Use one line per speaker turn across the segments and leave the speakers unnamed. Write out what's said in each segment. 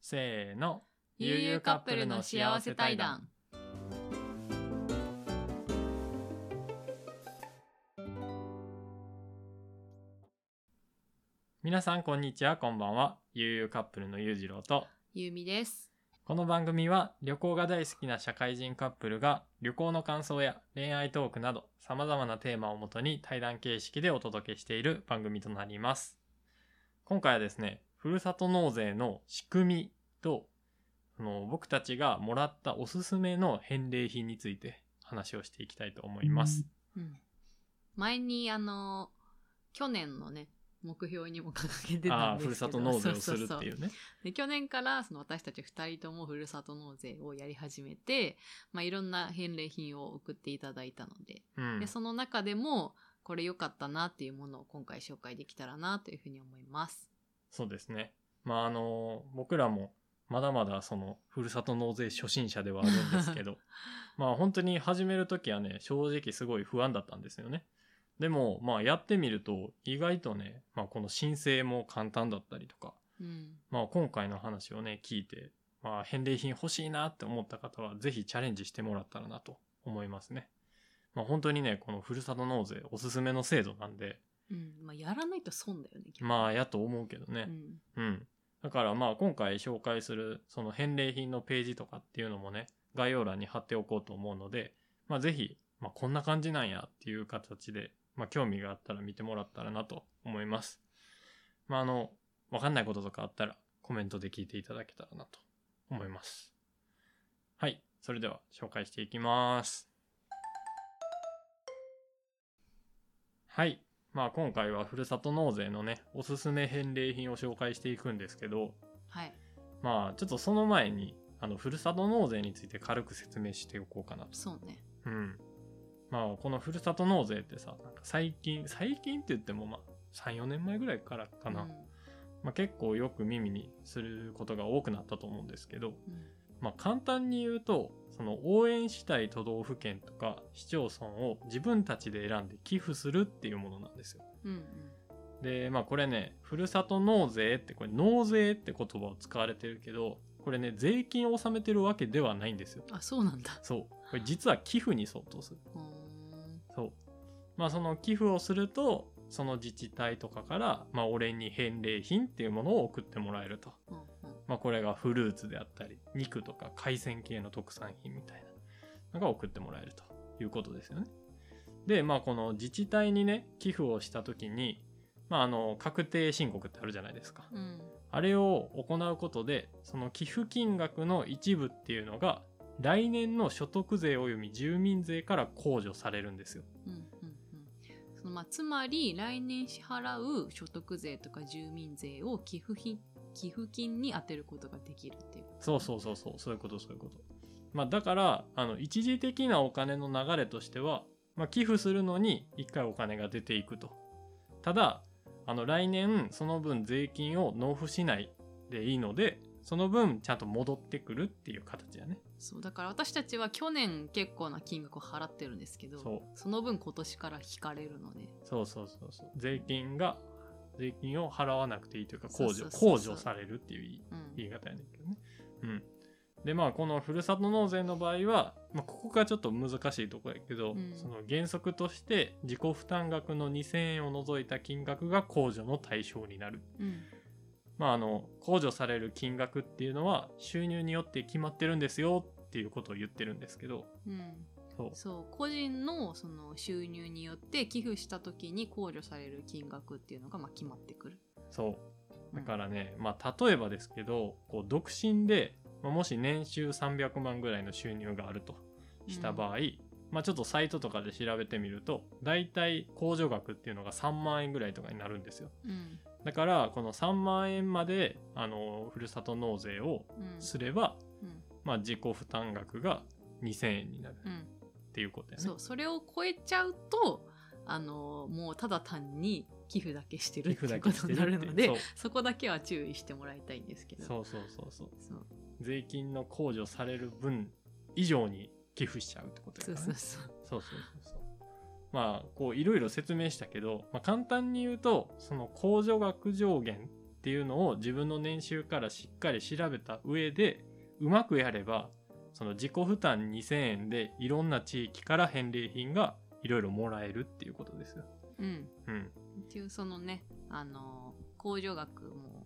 せーの。
悠々カップルの幸せ対談。
皆さん、こんにちは、こんばんは。悠々カップルのゆうじろうと。
ゆうみです
この番組は、旅行が大好きな社会人カップルが、旅行の感想や恋愛トークなど、様々なテーマをもとに対談形式でお届けしている番組となります。今回はですね、ふるさと納税の仕組みと、あの僕たちがもらったおすすめの返礼品について話をしていきたいと思います。
うん前にあの去年のね目標にも掲げて
あ
たん
あ、
で
ふ
すけど
るさと納税をする
そ
っ
そ
て
そ
いうね。
で去年からその私たち2人ともふるさと納税をやり始めて、まあ、いろんな返礼品を送っていただいたので,、
うん
で。その中でもこれ良かったなっていうものを今回紹介できたらなというふうに思います。
そうですね。まああの僕らもまだまだそのふるさと納税初心者ではあるんですけどまあ本当に始める時はね正直すごい不安だったんですよね。でもまあやってみると意外とね、まあ、この申請も簡単だったりとか、
うん、
まあ、今回の話をね聞いて、まあ、返礼品欲しいなって思った方はぜひチャレンジしてもらったらなと思いますね。まあ、本当にねこのふるさと納税おすすめの制度なんで
うんまあ、やらないと損だよね逆に
まあやと思うけどね。
うん
うん。だからまあ今回紹介するその返礼品のページとかっていうのもね、概要欄に貼っておこうと思うので、まあぜひ、まあこんな感じなんやっていう形で、まあ興味があったら見てもらったらなと思います。まああの、わかんないこととかあったらコメントで聞いていただけたらなと思います。はい。それでは紹介していきます。はい。まあ今回はふるさと納税のね、おすすめ返礼品を紹介していくんですけど、
はい
まあちょっとその前に、あの、ふるさと納税について軽く説明しておこうかなと。
そうね
うん。まあこのふるさと納税ってさ、なんか最近、最近って言ってもまあ3、4年前ぐらいからかな。
うん
まあ結構よく耳にすることが多くなったと思うんですけど、
うん
まあ簡単に言うと、その応援したい都道府県とか市町村を自分たちで選んで寄付するっていうものなんですよ。
うん
でまあこれねふるさと納税ってこれ納税って言葉を使われてるけどこれね税金を納めてるわけではないんですよ
うんあそうなんだ
そうこれ実は寄付に相当する
うーん
そうまあその寄付をするとその自治体とかから、まあ、お礼に返礼品っていうものを送ってもらえると、
うんうん
まあ、これがフルーツであったり肉とか海鮮系の特産品みたいなのが送ってもらえるということですよね。でまあこの自治体にね寄付をした時に、まあ、あの確定申告ってあるじゃないですか。
うん
あれを行うことでその寄付金額の一部っていうのが来年の所得税および住民税から控除されるんですよ。
うんうんうんそのまあ、つまり来年支払う所得税とか住民税を寄付品寄付金に充てることができるっていう。
そうそうそうそうそういうことそういうこと。まあ、だからあの一時的なお金の流れとしては、まあ、寄付するのに1回お金が出ていくと。ただあの来年その分税金を納付しないでいいのでその分ちゃんと戻ってくるっていう形だね。
そうだから私たちは去年結構な金額を払ってるんですけど
そ
の分今年から引かれるので
そうそうそうそう税金が税金を払わなくていいというか控除
そうそうそう
控
そ
除
う
されるっていう
うん
言い方やねんけどね。うん、でまあこのふるさと納税の場合は、まあ、ここがちょっと難しいところやけど、
うん
その原則として自己負担額の2,000円を除いた金額が控除の対象になる。
うん
まああの控除される金額っていうのは収入によって決まってるんですよっていうことを言ってるんですけど
うん
そう
そう個人のその収入によって寄付した時に控除される金額っていうのがまあ決まってくる。
そう
うん
だからね、まあ例えばですけどこう独身で、まあもし年収300万ぐらいの収入があるとした場合、まあちょっとサイトとかで調べてみると大体控除額っていうのが3万円ぐらいとかになるんですよ
うん
だからこの3万円まであのふるさと納税を
うん
すれば、
うん
まあ自己負担額が2000円になる
う
っ
ん
ていうことやね、
そうそれを超えちゃうとあのもうただ単に寄付だけしてるっ
寄
て
付
いう
だ
こ
けし
と
て
に
る
な
ってい
る
う
ので
そう
そこだけは注意してもらいたいんですけど
そうそうそうそう
そう
税金の控除される分以上に寄付しちゃうってことや
そ
か
う
らね
そうそ
そうそう
う
そうそう。まあこういろいろ説明したけど、まあ、簡単に言うとその控除額上限っっていうのを自分の年収からしっかり調べた上でうまくやればその自己負担2,000円でいろんな地域から返礼品がいろいろもらえるっていうことですよ。
うん
うん、
っていうそのねあの控除額も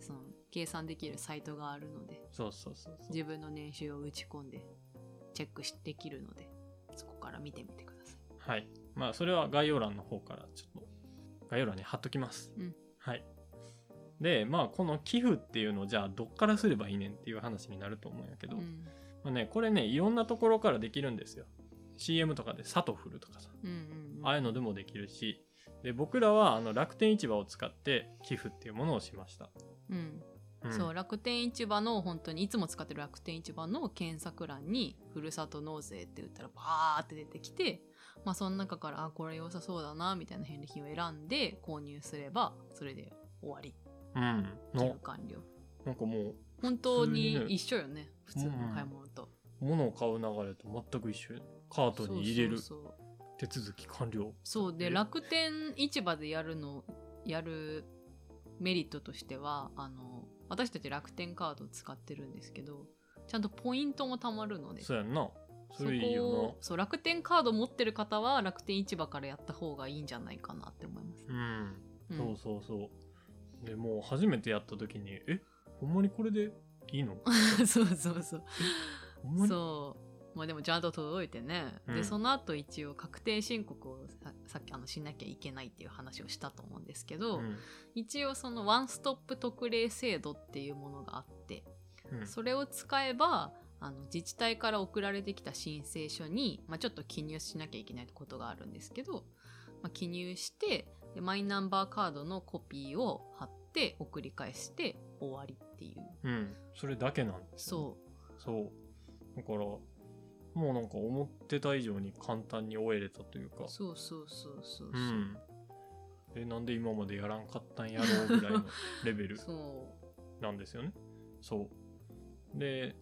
その計算できるサイトがあるので
そうそうそうそう。
自分の年収を打ち込んでチェックしできるのでそこから見てみてくださ
はい。まあ、それは概要欄の方から、ちょっと、概要欄に貼っときます。
うん
はい。で、まあ、この寄付っていうのを、じゃあ、どっからすればいいねんっていう話になると思うんやけ
い。
ど、
うん
まあね、これね、いろんなところからできるんですよ。CM とかで、サトフルとかさ、
うんうんうん
ああいうのでもできるし、で、僕らは、あの、楽天市場を使って、寄付っていうものをしました。
うん
うん
そう楽天市場の本当にいつも使ってる楽天市場の検索欄に「ふるさと納税」って打ったらバーって出てきて、まあ、その中からあこれ良さそうだなみたいな返礼品を選んで購入すればそれで終わり
うん。
寄
の
付、完了
なんかも
本当に一緒よね普通の買い物と、
う、物を買う流れと全く一緒やカートに入れる、
そうそうそう
手続き完了。
そう
う
で
ん
楽天市場でやるのやるメリットとしてはあの私たち楽天カードを使ってるんですけどちゃんとポイントも貯まるので
そうやんな。そ
そ
れいいよな
こを。そう楽天カード持ってる方は楽天市場からやった方がいいんじゃないかなって思います、
うん、
うん
そうそうそう。でもう初めてやった時に、えほんまにこれでいいの
そうそうそう
ほんまに
そうまあでもちゃんと届いてね、
う
で
ん
その後一応確定申告をささっきあのしなきゃいけないっていう話をしたと思うんですけど、
うん
一応そのワンストップ特例制度っていうものがあって
うん
それを使えばあの自治体から送られてきた申請書に、まあ、ちょっと記入しなきゃいけないことがあるんですけど、まあ、記入してでマイナンバーカードのコピーを貼って送り返して終わりっていう
うんそれだけなんですよね、
そ
そう。だから、もうなんか思ってた以上に簡単に終えれたというか
う、そうそうそうそう
う。
そうん
え、なんで今までやらんかったんやろうぐらい のレベル。
そ
なんですよね。そう。で、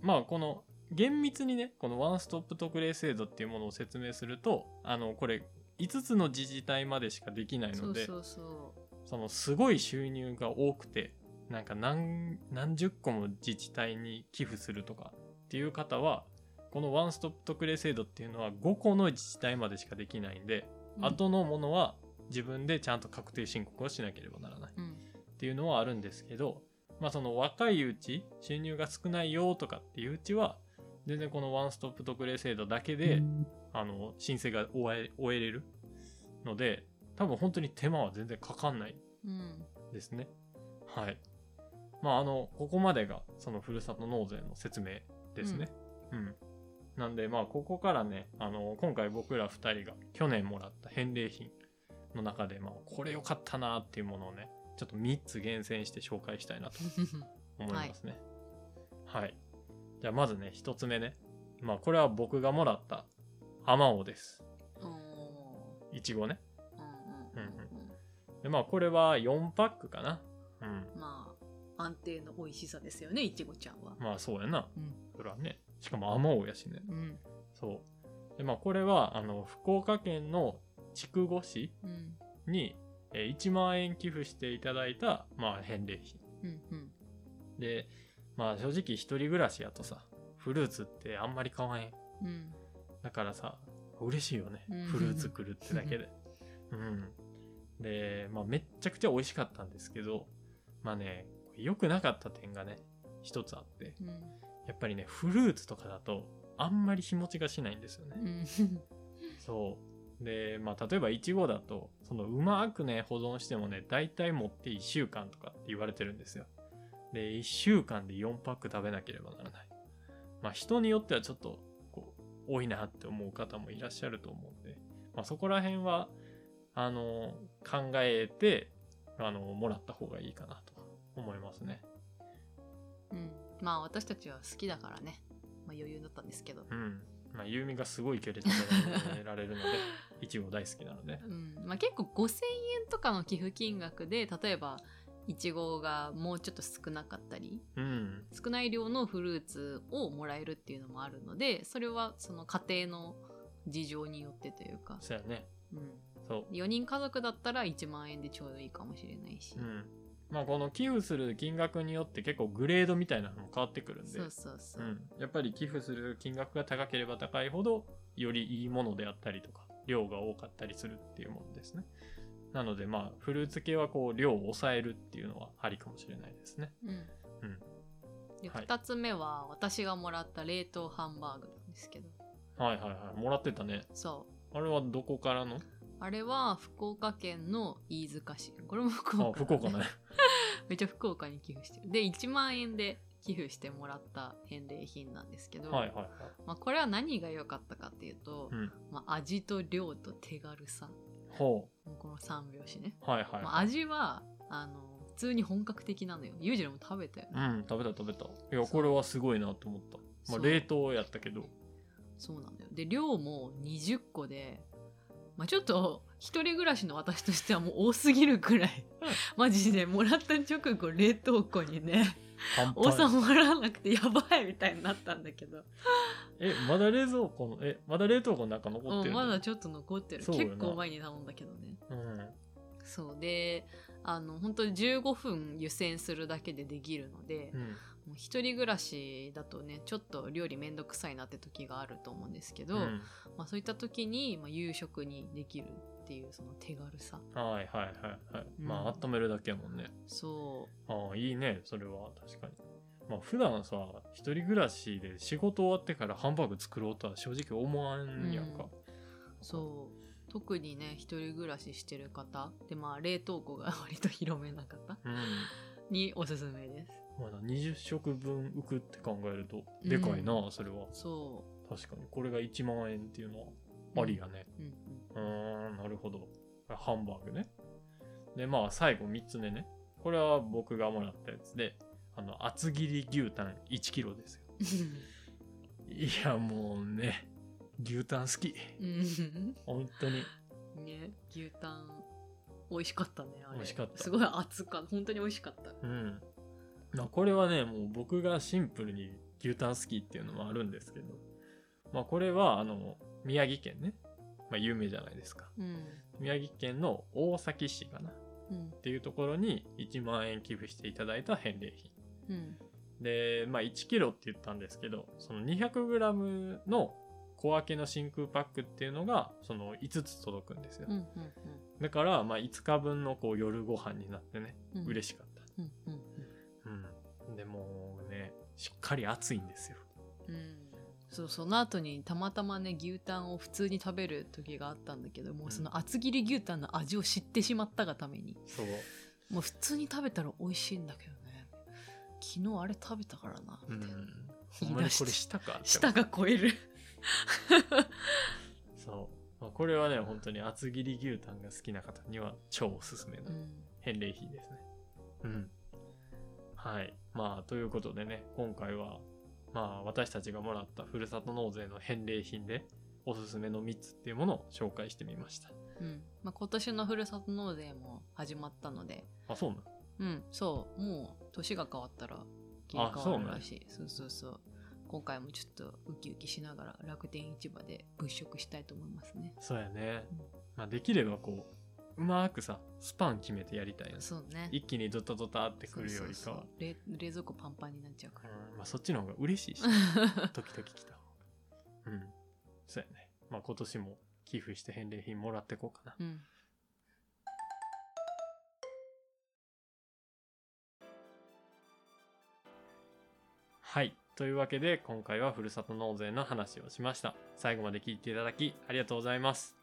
まあこの厳密にね、このワンストップ特例制度っていうものを説明すると、あの、これ5つの自治体までしかできないう
そ
の
う
で、
そうそ
そのすごい収入が多くて、なんか何何十個も自治体に寄付するとかっていう方は、このワンストップ特例制度っていうのは5個の自治体までしかできないんで、
う
後のものは自分でちゃんと確定申告をしなければならない。
うん
っていうのはあるんですけど、まあ、その若いうち収入が少ないよとかっていううちは全然このワンストップ特例制度だけで、あの申請が終え終えれるので多分本当に手間は全然かかんない
うん
ですねはいまああのここまでがそのふるさと納税の説明ですねうん、なんでまあここからねあの今回僕ら2人が去年もらった返礼品の中で、まあ、これ良かったなっていうものをねちょっと3つ厳選して紹介したいなと思いますね。はい。じゃあまずね、一つ目ね。まあこれは僕がもらった、あまおうです。
おー
いちごね。
うんうんうんうん
でまあこれは4パックかな。うん。
まあ安定の美味しさですよねいちごちゃんは、
まあそうやな。
うん
それはね。しかもあまおうやしね。
うん
そう。でまあこれは、あの、福岡県の筑後市
うん
に、えー1万円寄付していただいた、まあ返礼品。
うんうん
で、まあ正直一人暮らしやとさ、フルーツってあんまり買わへん
うん
だからさ嬉しいよね、
うん
フルーツ来るってだけ でうんでまあめっちゃくちゃ美味しかったんですけどまあね良くなかった点がね一つあって
うん
やっぱりねフルーツとかだとあんまり日持ちがしないんですよね、
うん
そうでまあ例えばいちごだとそのうまくね保存してもね大体持って1週間とかって言われてるんですよで1週間で4パック食べなければならないまあ人によってはちょっとこう多いなって思う方もいらっしゃると思うんで、まあ、そこら辺はあの考えてあのもらった方がいいかなと思いますね
うん、まあ私たちは好きだからね、まあ、余裕だったんですけど、
うんまあゆうみがすごい距離で食べられ るのでいちご大好きなので
うんまあ、結構5,000円とかの寄付金額で例えばいちごがもうちょっと少なかったり
うん
少ない量のフルーツをもらえるっていうのもあるのでそれはその家庭の事情によってというか、
そうやね
うん、
そう
4人家族だったら1万円でちょうどいいかもしれないし、
うん、まあこの寄付する金額によって結構グレードみたいなのも変わってくるんで
そうそうそうう、
ん、やっぱり寄付する金額が高ければ高いほどよりいいものであったりとか量が多かったりするっていうものですねなのでまあフルーツ系はこう量を抑えるっていうのはありかもしれないですね
うん
うん
で
はい
2つ目は私がもらった冷凍ハンバーグなんですけど
はいはいはいもらってたね
そ
あれはどこからの
うあれは福岡県の飯塚市これも福
あ
岡
福岡ね
めっちゃ福岡に寄付してるで1万円で寄付してもらった返礼品なんですけど、
はいはいはい
まあ、これは何が良かったかっていうと、
うん
まあ、味と量と手軽さ
ほ
もうこの3拍子ね、
うはいはい、
まあ、味はあの普通に本格的なのよユージロも食べたよね
うん食べた食べたいやこれはすごいなと思ったま
そ
あ
う
冷凍やったけど
そうなんだよで量も20個で、まあ、ちょっと一人暮らしの私としてはもう多すぎるくらいマジでもらった直後冷凍庫 にね
乾
多さもらわなくてやばいみたいになったんだけど
えまだ冷蔵庫のえまだ冷凍庫の中残って
う
る
ん、
の
まだちょっと残ってる
そうよな
結構前に頼んだけどね
うん
そうであの本当に15分湯煎するだけでできるので、
うん
もう一人暮らしだとねちょっと料理めんどくさいなって時があると思うんですけど、
うん
まあ、そういった時に、まあ、夕食にできるっていうその手軽さ
はいはいはいはい、
うん
まあ温めるだけやもんね
そ
ああいいねそれは確かにまあ普段さ一人暮らしで仕事終わってからハンバーグ作ろうとは正直思わんやんか、
うそう特にね一人暮らししてる方でまあ冷凍庫が割と広めな方
うん
におすすめです
まだ20食分浮くって考えるとでかいな、それは
そ
確かにこれが1万円っていうのはありやね
う、うん
うーんなるほどハンバーグねでまあ最後3つ目ねこれは僕がもらったやつであの厚切り牛タン1キロですよいやもうね牛タン好き
うん
本当に
うんね牛タン美味しかったねあれ
美味しかった
すごい熱かった本当に美味しかった
うん、まあ、これはねもう僕がシンプルに牛タン好きっていうのもあるんですけど、まあ、これはあの宮城県ね、まあ、有名じゃないですか
うん
宮城県の大崎市かなっ
うん
ていうところに1万円寄付していただいた返礼品
うん
で、まあ、1キロって言ったんですけどその 200g の小分けの真空パックっていうのがその5つ届くんですよ、
うんうん
だからまあ5日分のこう夜ご飯になってね
うんうん
嬉しかった
うんうん
うん、でもねしっかり熱いんですよ
うんうんそうその後にたまたまね牛タンを普通に食べる時があったんだけどもうその厚切り牛タンの味を知ってしまったがために
そう、
もう普通に食べたら美味しいんだけどね昨日あれ食べたからな
う
みたいな、
ん、ほ
言
ん
い
まに
出し
こ
て
れ舌かって思
舌
う
が超える
そう、まあ、これはね本当に厚切り牛タンが好きな方には超おすすめの
うん
返礼品ですねうんはいまあということでね今回はまあ私たちがもらったふるさと納税の返礼品でおすすめの3つっていうものを紹介してみました
うんまあ、今年のふるさと納税も始まったので
あそうな
うんそうもう年が変わったら切り
あ
替
そう
わ
ね
るらしいそうそうそう今回もちょっとウキウキしながら楽天市場で物色したいと思いますね
そうやね
うん、
まあ、できればこううまくさスパン決めてやりたいよね
そうね
一気にドタドタってくるより
そ
か
う
は
そうそう冷冷蔵庫パンパンになっちゃうから
うんまあそっちの方が嬉 しいし時々来た方がうんそうやねまあ今年も寄付して返礼品もらってこうかな
うん
はいというわけで今回はふるさと納税の話をしました最後まで聞いていただきありがとうございます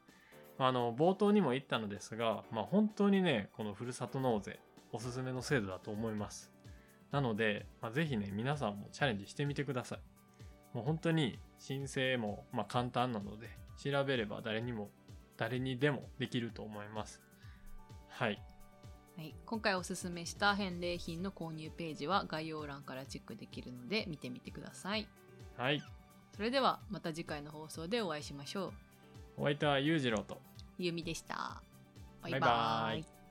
あの冒頭にも言ったのですが、まあ、本当にねこのふるさと納税おすすめの制度だと思いますなので、まあ、ぜひね皆さんもチャレンジしてみてくださいもう本当に申請も、まあ、簡単なので調べれば誰にも誰にでもできると思いますはい
はい、今回おすすめした返礼品の購入ページは概要欄からチェックできるので見てみてください
はい
それではまた次回の放送でお会いしましょう
お相手は裕次郎と
ゆみでしたバイバ
バイバ
イ
イ